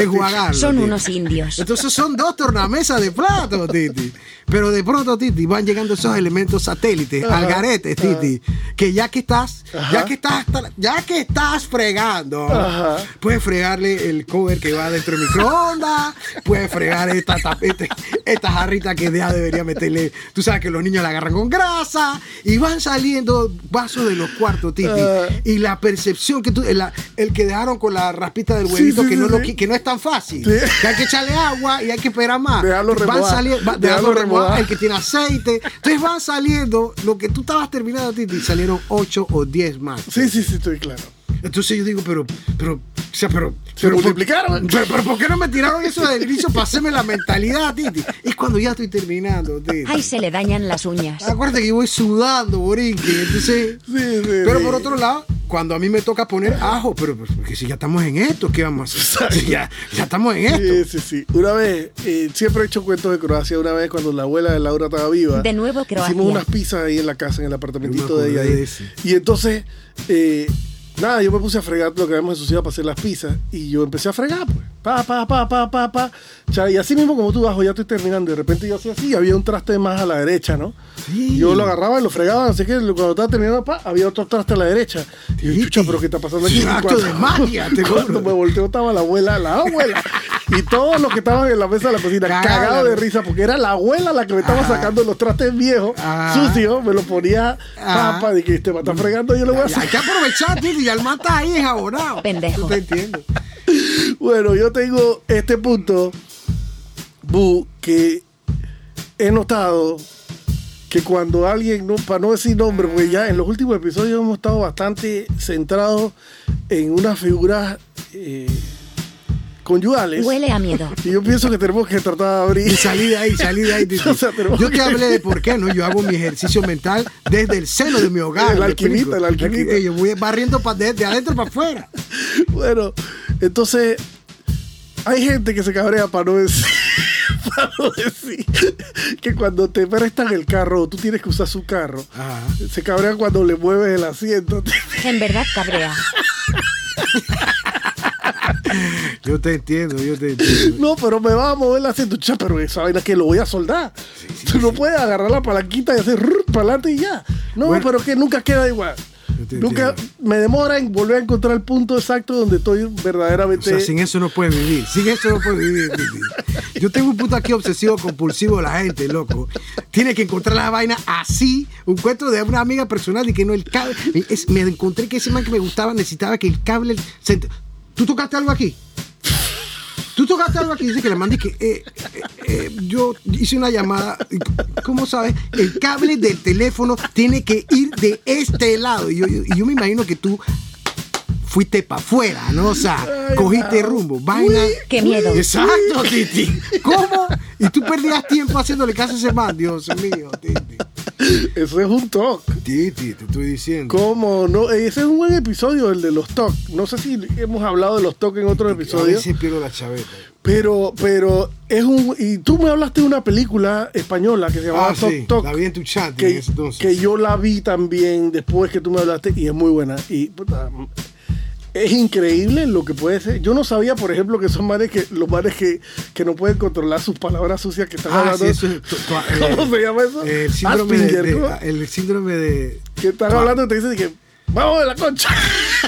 S3: enjuagar. enjuagarlo,
S1: Son
S3: Titi.
S1: unos indios.
S3: Entonces son dos tornamesas de plato, Titi. Pero de pronto, Titi, van llegando esos elementos satélites,
S5: Ajá,
S3: al garete, Titi. Que ya que estás,
S5: Ajá.
S3: ya que estás, tra- ya que estás fregando,
S5: Ajá.
S3: puedes fregarle el cover que va dentro del microondas, puedes fregar esta, tapete, esta jarrita que ya debería meterle. Tú sabes que los niños la agarran con grasa y van saliendo vasos de los cuartos, Titi.
S5: Ah.
S3: Y la percepción que tú, el, el que dejaron con la raspita del
S5: Sí,
S3: huevito,
S5: sí,
S3: que,
S5: sí,
S3: no lo
S5: sí.
S3: qui- que no es tan fácil.
S5: Sí.
S3: Que hay que echarle agua y hay que esperar más.
S5: Dejarlo
S3: van
S5: remojar.
S3: saliendo, va-
S5: Dejarlo
S3: dejarlo
S5: remojar.
S3: remojar, el que tiene aceite. Entonces van saliendo lo que tú estabas terminando, Titi, salieron 8 o 10 más.
S5: Sí, sí, sí, estoy claro.
S3: Entonces yo digo, pero, pero, o sea, pero.
S5: Se
S3: pero por-
S5: multiplicaron.
S3: Pero, pero ¿por qué no me tiraron eso del inicio para hacerme la mentalidad, Titi? Es cuando ya estoy terminando, Titi.
S1: Ay, se le dañan las uñas.
S3: Acuérdate que yo voy sudando, Borinque. Entonces.
S5: Sí, sí,
S3: Pero
S5: sí.
S3: por otro lado, cuando a mí me toca poner ajo, pero pues, porque si ya estamos en esto, ¿qué vamos a hacer? Si [LAUGHS] ya, ya estamos en esto.
S5: Sí, sí, sí. Una vez, eh, siempre he hecho cuentos de Croacia. Una vez, cuando la abuela de Laura estaba viva,
S1: De nuevo Croacia.
S5: hicimos unas pizzas ahí en la casa, en el apartamentito
S3: Yo me
S5: de ella.
S3: acordé
S5: ahí.
S3: de ese.
S5: Y entonces, eh, nada, yo me puse a fregar lo que habíamos ensuciado para hacer las pizzas. Y yo empecé a fregar, pues. Pa, pa, pa, pa, pa, pa. Cha, y así mismo, como tú bajo, ya estoy terminando. De repente yo hacía así y había un traste más a la derecha, ¿no?
S3: Sí.
S5: Yo lo agarraba y lo fregaba. Así que cuando estaba terminando, pa, había otro traste a la derecha. Y yo,
S3: Sí.
S5: chucha, pero ¿qué está pasando aquí?
S3: Es un acto
S5: Cuando-
S3: de magia,
S5: [LAUGHS]
S3: te
S5: Cuando
S3: juro.
S5: me volteó estaba la abuela, la abuela. Y todos los que estaban en la mesa de la cocina,
S3: Cagados.
S5: cagados de risa, porque era la abuela la que me estaba sacando los trastes viejos,
S3: Ajá.
S5: sucios, me los ponía
S3: Ajá.
S5: papa, de que este me está fregando, yo lo voy a
S3: Hay
S5: hacer.
S3: que aprovechar, Titi, ya el mata ahí enjabonado.
S1: Pendejo.
S3: Yo te entiendo.
S5: Bueno, yo tengo este punto, Bu, que he notado que cuando alguien, no, para no decir nombre, porque ya en los últimos episodios hemos estado bastante centrados en unas figuras eh, conyugales.
S1: Huele a miedo.
S5: Y yo pienso que tenemos que tratar de
S3: Y
S5: abrir.
S3: salí de ahí, salí de ahí. [LAUGHS] Titi.
S5: O sea, pero-
S3: yo te hablé de por qué, ¿no? Yo hago mi ejercicio mental desde el seno de mi hogar.
S5: El
S3: ¿me explico?
S5: alquimita, el alquimita.
S3: Yo voy barriendo pa- de, de adentro para afuera.
S5: [LAUGHS] Bueno, entonces hay gente que se cabrea para no decir, [LAUGHS] para no decir que cuando te prestan el carro o tú tienes que usar su carro,
S3: Ajá.
S5: se cabrean cuando le mueves el asiento. [LAUGHS]
S1: En verdad cabrea.
S3: Yo te entiendo, yo te entiendo.
S5: No, pero me vas a mover el asiento. Cha, pero esa vaina que lo voy a soldar. tú no puedes agarrar la palanquita y hacer para adelante y ya. No,
S3: Bueno.
S5: pero que nunca queda igual.
S3: Yo te
S5: Nunca
S3: entiendo.
S5: me demora en volver a encontrar el punto exacto donde estoy
S3: O
S5: verdaderamente.
S3: sea, sin eso no puedes vivir. Sin eso no puedes vivir. Titi. Yo tengo un puto aquí obsesivo compulsivo de la gente, loco. Tiene que encontrar la vaina así. Un cuento de una amiga personal y que no el cable. es- me encontré que ese man que me gustaba necesitaba que el cable. se ent- ¿Tú tocaste algo aquí? Tú tocaste algo aquí, dice que le mandé que eh, eh, eh, yo hice una llamada. y c- ¿Cómo sabes? El cable del teléfono tiene que ir de este lado. Y yo, yo- y yo me imagino que tú fuiste para afuera, ¿no? O sea,
S5: Ay,
S3: cogiste
S5: wow.
S3: rumbo, vaina.
S1: qué miedo.
S3: Exacto, Titi. ¿Cómo? Y tú perdías tiempo haciéndole caso a ese man, Dios mío, Titi.
S5: Eso es un toque.
S3: Titi, te estoy diciendo.
S5: ¿Cómo no? eh, Ese es un buen episodio, el de los TOC. No sé si hemos hablado de los TOC en otro
S3: A
S5: episodio,
S3: veces pierdo la chaveta.
S5: pero, pero es un... Y tú me hablaste de una película española que se llamaba
S3: Ah,
S5: Toc
S3: sí,
S5: Toc,
S3: la vi en tu chat en
S5: que,
S3: ese entonces.
S5: que yo la vi también después que tú me hablaste y es muy buena. Y puta, es increíble lo que puede ser. Yo no sabía, por ejemplo, que son mares que, los mares que, que no pueden controlar sus palabras sucias que están
S3: Ah,
S5: hablando.
S3: sí, eso es tu- tu-
S5: [LAUGHS] ¿Cómo
S3: eh,
S5: se llama eso?
S3: El síndrome de,
S5: Asperger,
S3: de- ah,
S5: ¿cómo?
S3: el síndrome de
S5: que están hablando y te dicen que vamos de la concha.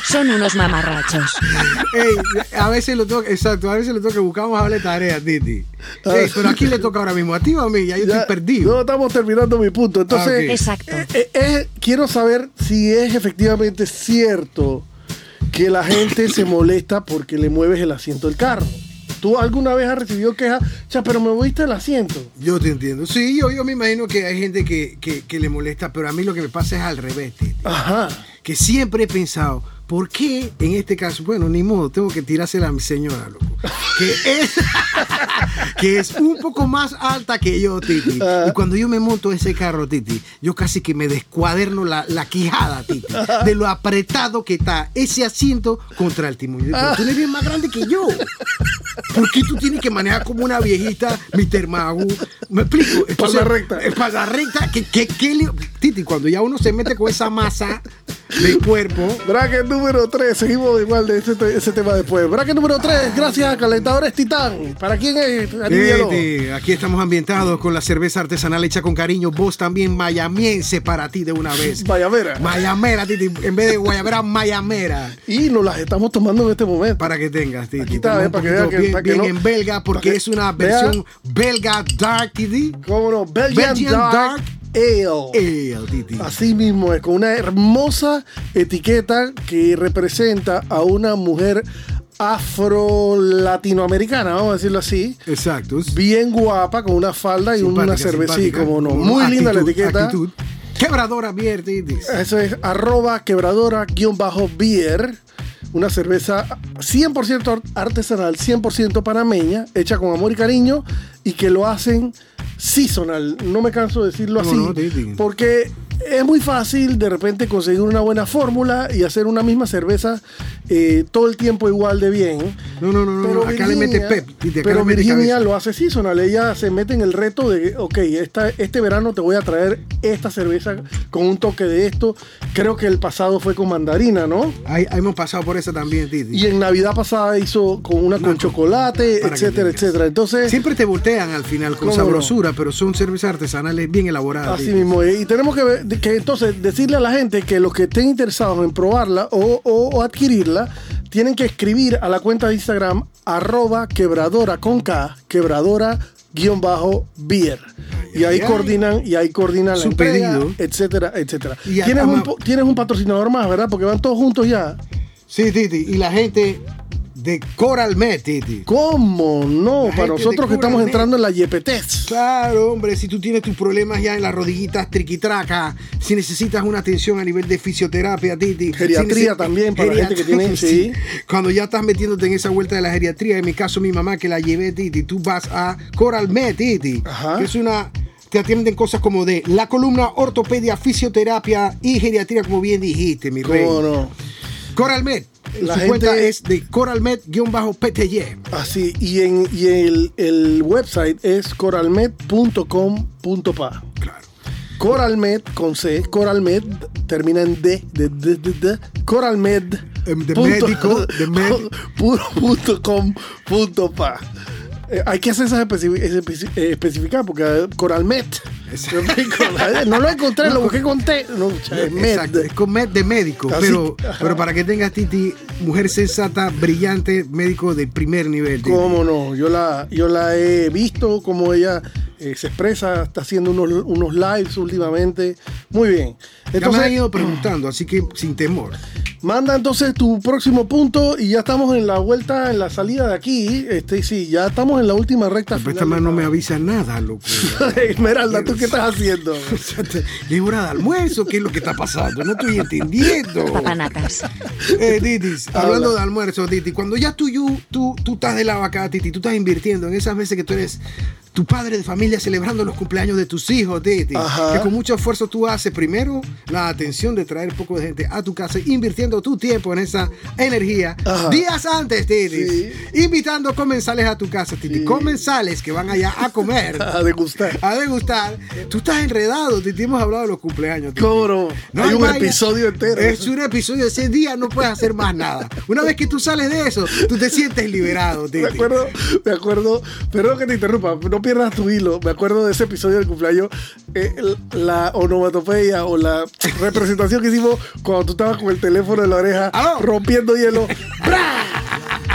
S1: Son unos mamarrachos.
S3: Ey, a veces lo tengo, exacto, a veces lo tengo que buscar, vamos a hablar de tareas, Titi. Ey, pero aquí le toca ahora mismo a ti o a mí, ya yo
S5: Ah. Ya,
S3: estoy
S5: No
S3: perdido.
S5: estamos terminando mi punto. Entonces,
S3: Ah, ok.
S1: Exacto.
S5: eh, eh, eh, quiero saber si es efectivamente cierto que la gente se molesta porque le mueves el asiento del carro. ¿Tú alguna vez has recibido quejas? Cha, pero me moviste el asiento.
S3: Yo te entiendo. Sí, yo, yo me imagino que hay gente que, que- que le molesta, pero a mí lo que me pasa es al revés, Titi.
S5: Ajá.
S3: Que siempre he pensado, ¿por qué en este caso? Bueno, ni modo, tengo que tirársela a mi señora, loco. Que es, [LAUGHS] que es un poco más alta que yo, Titi. Y cuando yo me monto ese carro, Titi, yo casi que me descuaderno la, la quijada, Titi, de lo apretado que está ese asiento contra el timón. Yo digo,
S5: Ah.
S3: "Pero Tú eres bien más grande que yo. ¿Por qué tú tienes que manejar como una viejita, Mr. Magu? ¿Me explico? Entonces,
S5: recta.
S3: Espalda recta. ¿Qué, qué, qué lío? Titi, cuando ya uno se mete con esa masa del cuerpo,
S5: [LAUGHS] Bracket número 3, seguimos igual de ese, te- ese tema después. Bracket número 3, gracias a Calentadores Titán. ¿Para quién es? Aníbalo.
S3: Vete, aquí estamos ambientados con la cerveza artesanal hecha con cariño. Vos también mayamiense para ti de una vez.
S5: Guayabera.
S3: Mayamera, Titi. En vez de guayabera, mayamera.
S5: Y nos las estamos tomando en este momento.
S3: Para que tengas, Titi.
S5: Aquí
S3: Estamos
S5: está, eh,
S3: un
S5: para que
S3: poquito
S5: vea que-
S3: bien,
S5: para que
S3: bien
S5: no-
S3: en belga porque
S5: para que
S3: es una
S5: vea.
S3: versión belga dark, Titi.
S5: ¿Cómo no? Belgian,
S3: Belgian
S5: Dark,
S3: Dark
S5: Ale.
S3: Eh, Titi.
S5: Así mismo es, con una hermosa etiqueta que representa a una mujer afro-latinoamericana, vamos a decirlo así.
S3: Exacto.
S5: Bien guapa, con una falda y una
S3: Simpática,
S5: cervecita,
S3: simpática.
S5: como no.
S3: Con
S5: Muy linda la
S3: actitud,
S5: etiqueta.
S3: actitud. Quebradora bien, Titi.
S5: Ah, Eso es arroba quebradora-beer. Una cerveza 100% ar- artesanal, 100% panameña, hecha con amor y cariño y que lo hacen seasonal. No me canso de decirlo
S3: No,
S5: así.
S3: no, di- di.
S5: porque es muy fácil de repente conseguir una buena fórmula y hacer una misma cerveza eh, todo el tiempo igual de bien.
S3: No, no, no, no, no, acá le mete pep, Titi, acá
S5: pero
S3: le mete
S5: Virginia
S3: cabeza.
S5: lo hace seasonal. Ella se mete en el reto de, ok, esta, este verano te voy a traer esta cerveza con un toque de esto. Creo que el pasado fue con mandarina, ¿no?
S3: Ahí, ahí hemos pasado por esa también, Titi.
S5: Y en Navidad pasada hizo con una con chocolate,
S3: Para que
S5: etcétera,
S3: tengas.
S5: etcétera. Entonces,
S3: Siempre te voltean al final con
S5: ¿Cómo Ah,
S3: sabrosura, pero son cervezas artesanales bien elaboradas.
S5: así
S3: Titi.
S5: mismo. es. Y tenemos que, ver- que entonces decirle a la gente que los que estén interesados en probarla o, o- o adquirirla, tienen que escribir a la cuenta de Instagram arroba quebradora con K, quebradora guión bajo beer. Y ahí
S3: ay, ay.
S5: coordinan, y ahí coordinan la
S3: Su
S5: entrega,
S3: pedido.
S5: etcétera, etcétera.
S3: Y a-
S5: Tienes un,
S3: ama-
S5: po- tienes un patrocinador más, ¿verdad? Porque van todos juntos ya.
S3: Sí, Titi. Y la gente de Coral Med, Titi.
S5: ¿Cómo no?
S3: La
S5: Para
S3: gente de
S5: nosotros que estamos
S3: Cura,
S5: entrando en la YPTES.
S3: Claro, hombre, si tú tienes tus problemas ya en las rodillitas triquitraca, si necesitas una atención a nivel de fisioterapia, Titi.
S5: Geriatría también, para la gente que
S3: [LAUGHS]
S5: tiene- sí.
S3: Cuando ya estás metiéndote en esa vuelta de la geriatría, en mi caso mi mamá que la llevé, Titi, tú vas a Coral Med, Titi.
S5: Ajá.
S3: que es una... Te atienden cosas como de la columna, ortopedia, fisioterapia y geriatría, como bien dijiste, mi rey.
S5: ¿Cómo no?
S3: Coralmed.
S5: La
S3: su
S5: gente-
S3: cuenta es de coralmed-pty.
S5: Así, y, en, y el, el website es coralmed.com.pa.
S3: Claro.
S5: Coralmed con C, Coralmed termina en D, de, de, de, de, Coralmed.
S3: Em, de
S5: punto-
S3: médico, de
S5: [LAUGHS]
S3: médico.
S5: puro punto com punto pa. Eh, hay que hacer esas especifi- es- especi- eh, especificar porque eh, Coralmed. no lo encontré, lo busqué con T. No, cha, es med.
S3: Exacto, es con med de médico,
S5: Así
S3: pero,
S5: que- ajá.
S3: pero para que tengas Titi, mujer sensata, brillante, médico de primer nivel. Titi.
S5: Cómo no, yo la, yo la he visto, como ella eh, se expresa, está haciendo unos, unos lives últimamente. Muy bien.
S3: ya me
S5: Entonces,
S3: han ido preguntando, así que sin temor.
S5: manda entonces tu próximo punto y ya estamos en la vuelta, en la salida de aquí. Este, sí, ya estamos en la última recta
S3: Pero esta
S5: final.
S3: mano no me avisa nada, loco.
S5: [LAUGHS] Esmeralda, ¿tú qué
S3: [LAUGHS]
S5: estás haciendo?
S3: Le digo hora de almuerzo, ¿qué es lo que está pasando? No estoy entendiendo.
S1: Papanatas.
S3: Eh, Titis, hablando
S5: [LAUGHS]
S3: de
S5: Habla.
S3: almuerzo, Titi, cuando ya tú, you- tú, tú estás de la vaca, Titi, tú estás invirtiendo en esas veces que tú eres tu padre de familia celebrando los cumpleaños de tus hijos, Titi,
S5: Ajá.
S3: que con mucho esfuerzo tú haces primero la atención de traer poco de gente a tu casa, invirtiendo tu tiempo en esa energía
S5: Ajá.
S3: días antes, Titi,
S5: Sí.
S3: invitando comensales a tu casa, Titi,
S5: Sí.
S3: comensales que van allá a comer,
S5: [LAUGHS] A degustar.
S3: a degustar. Tú estás enredado, Titi, hemos hablado de los cumpleaños. Titi.
S5: ¿Cómo no?
S3: No
S5: Hay un
S3: vaina.
S5: episodio entero.
S3: Es un episodio de ese día, no puedes hacer más nada. Una vez que tú sales de eso, tú te sientes liberado, Titi.
S5: Me acuerdo, me acuerdo, perdón que te interrumpa, no pierdas tu hilo. Me acuerdo de ese episodio del cumpleaños, eh, la onomatopeya o la representación que hicimos cuando tú estabas con el teléfono en la oreja
S3: ¡Aló! [LAUGHS]
S5: rompiendo hielo. ¡Bra!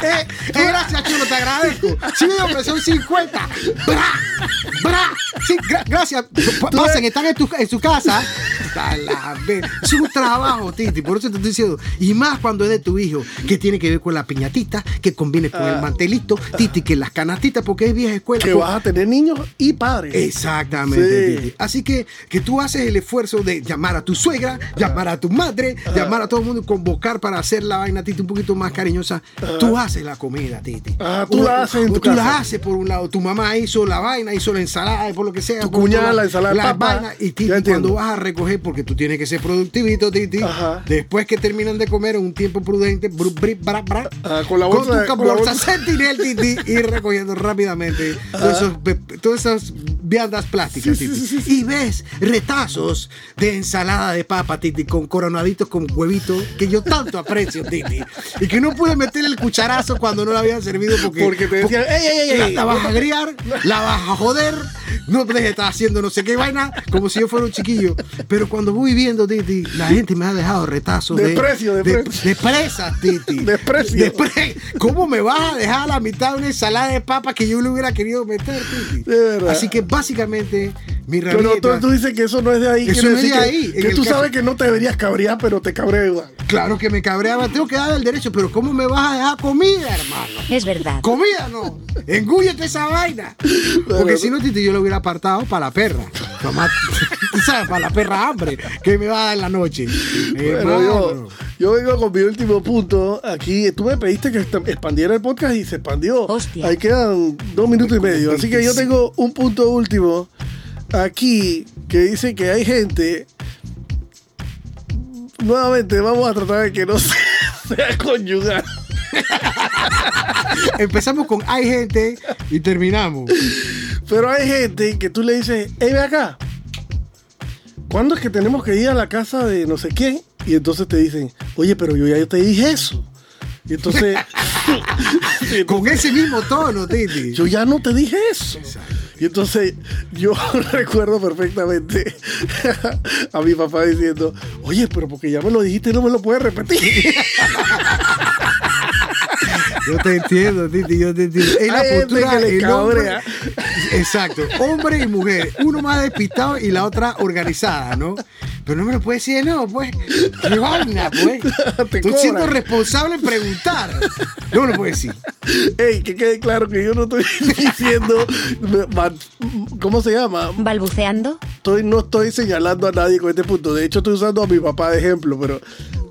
S3: Eh, eh, gracias, chulo, te agradezco. Sí, hombre, son 50. ¡Bra! ¡Bra! Sí, gra- gracias. Pa-
S5: Tú
S3: Pasen,
S5: ves-
S3: están en, tu, en su casa. A la vez. Es un trabajo, Titi, por eso te estoy diciendo. Y más cuando es de tu hijo, que tiene que ver con la piñatita, que combine con
S5: Ah.
S3: el mantelito, Titi, que las canastitas, porque es vieja escuela.
S5: Que
S3: Con-
S5: vas a tener niños y padres.
S3: Exactamente.
S5: Sí.
S3: Titi. Así que, que tú haces el esfuerzo de llamar a tu suegra, llamar a tu madre, llamar a todo el mundo y convocar para hacer la vaina, Titi, un poquito más cariñosa. Tú haces la comida, Titi.
S5: Ah, tú
S3: O-
S5: la haces en
S3: o
S5: tu
S3: Tú la
S5: casa.
S3: haces por un lado. Tu mamá hizo la vaina, hizo la ensalada, por lo que sea.
S5: Tu
S3: por
S5: cuñada,
S3: todo,
S5: la ensalada de
S3: las
S5: papa.
S3: vainas. Y
S5: Ya
S3: Titi, cuando
S5: entiendo.
S3: vas a recoger, porque tú tienes que ser productivito, Titi,
S5: Ajá.
S3: después que terminan de comer en un tiempo prudente, bru- bri- bra- bra,
S5: Ah, con la bolsa de-
S3: tu
S5: con la
S3: bolsa
S5: bolsa-
S3: Sentinel Titi y recogiendo rápidamente todos esos pe- todas esas viandas plásticas, Titi. Y ves retazos de ensalada de papa, Titi, con coronaditos con huevito, que yo tanto aprecio, Titi. Y que no pude meter el cucharazo cuando no lo habían servido porque,
S5: Porque te decían,
S3: porque
S5: "Ey, ey, ey,
S3: la-
S5: ey".
S3: La vas a agriar, la vas a joder, no dejes de estar haciendo no sé qué vaina, como si yo fuera un chiquillo. Pero cuando voy viendo, Titi, la gente me ha dejado retazos.
S5: Desprecio, desprecio.
S3: de presas, Titi.
S5: Desprecio.
S3: Despre- ¿Cómo me vas a dejar a la mitad de una ensalada de papas que yo le hubiera querido meter, Titi?
S5: De verdad.
S3: Así que básicamente, mi
S5: Pero tú,
S3: rabia.
S5: tú dices que eso no es de ahí.
S3: Eso
S5: quiere
S3: no es
S5: decir
S3: de
S5: que-
S3: ahí, en
S5: Que,
S3: el
S5: tú
S3: caso.
S5: sabes que no te deberías cabrear, pero te cabrea igual.
S3: Claro que me cabreaba, tengo que dar el derecho, pero ¿cómo me vas a dejar comida, hermano?
S1: Es verdad.
S3: Comida no, engúllete esa vaina. Porque si no, Titi, yo lo hubiera apartado para la perra. Mamá, tú sabes, para la perra hambre que me va a dar en la noche. Eh,
S5: Bueno, yo,
S3: Hermano.
S5: yo vengo con mi último punto. Aquí tú me pediste que esta- expandiera el podcast y se expandió.
S1: Hostia.
S5: Ahí quedan dos minutos y medio. Así que yo tengo un punto último aquí que dice que hay gente. Nuevamente, vamos a tratar de que no [LAUGHS] sea, sea conyugal.
S3: Empezamos con hay gente y terminamos.
S5: Pero hay gente que tú le dices, hey, ve acá. ¿Cuándo es que tenemos que ir a la casa de no sé quién? Y entonces te dicen, oye, pero yo ya te dije eso. Y entonces.
S3: Con ese mismo tono, Titi.
S5: Yo ya no te dije eso. Y entonces yo [LAUGHS] recuerdo perfectamente a mi papá diciendo, oye, pero porque ya me lo dijiste no me lo puedes repetir.
S3: Yo te entiendo, Titi, yo te entiendo. Es la
S5: Hay gente
S3: postura
S5: que le
S3: el hombre-
S5: cabrea. [LAUGHS]
S3: Exacto, hombre y mujer, uno más despistado y la otra organizada, ¿no? Pero no me lo puedes decir de nuevo, pues. Qué vaina, pues.
S5: Te
S3: Estoy siendo
S5: cobran.
S3: responsable en preguntar. No me lo puedes decir.
S5: Ey, que quede claro que yo no estoy [LAUGHS] diciendo. ma- ¿Cómo se llama?
S1: balbuceando,
S5: Estoy- no estoy señalando a nadie con este punto. De hecho, estoy usando a mi papá de ejemplo, pero,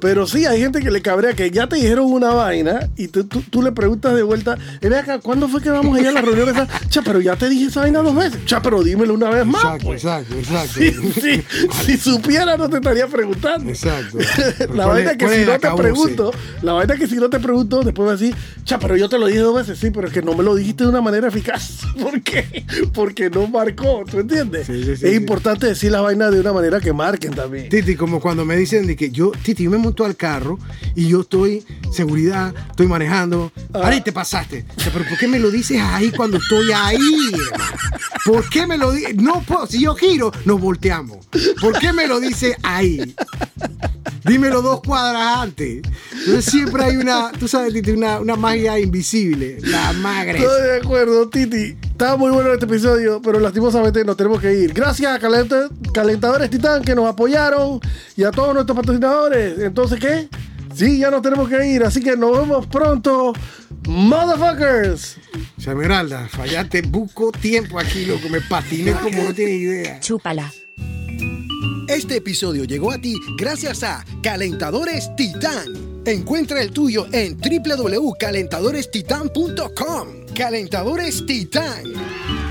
S5: pero sí, hay gente que le cabrea que ya te dijeron una vaina y tú, tú- tú le preguntas de vuelta, "Eh, ven acá, ¿cuándo fue que vamos a ir a la reunión? esa? Cha, pero ya te dije esa vaina dos veces. Cha, pero dímelo una vez más.
S3: Exacto,
S5: pues".
S3: exacto, exacto.
S5: Sí, sí, si supiera no te estaría preguntando.
S3: Exacto.
S5: [LAUGHS] La
S3: ¿Cuál
S5: vaina
S3: es-
S5: que
S3: cuál
S5: si
S3: es el
S5: no te
S3: acabose?
S5: pregunto, la vaina que si no te pregunto, después vas a decir, cha, pero yo te lo dije dos veces, sí, pero es que no me lo dijiste de una manera eficaz. [LAUGHS] ¿Por qué? Porque no marcó, ¿tú entiendes?
S3: Sí, sí, sí,
S5: es
S3: sí.
S5: importante decir las vainas de una manera que marquen también.
S3: Titi, como cuando me dicen de que yo, Titi, yo me monto al carro y yo estoy, seguridad, estoy manejando.
S5: Ah.
S3: Ahí te pasaste. O sea, pero ¿por qué me lo dices ahí cuando estoy ahí? hermano? ¿Por qué me lo dices? No puedo, si yo giro, nos volteamos. ¿Por qué me lo dices ahí? Dímelo dos cuadras antes. Entonces siempre hay una, tú sabes, Titi, una, una magia invisible. La magre.
S5: Estoy de acuerdo, Titi. Estaba muy bueno este episodio, pero lastimosamente nos tenemos que ir. Gracias a Calenta- Calentadores Titán que nos apoyaron y a todos nuestros patrocinadores. Entonces, ¿qué? Sí, ya nos tenemos que ir, así que nos vemos pronto. Motherfuckers.
S3: Esmeralda, fallaste buco tiempo aquí, loco. Me patiné como no tienes idea.
S1: chúpala.
S6: Este episodio llegó a ti gracias a Calentadores Titán. Encuentra el tuyo en www.calentadorestitan.com. Calentadores Titán.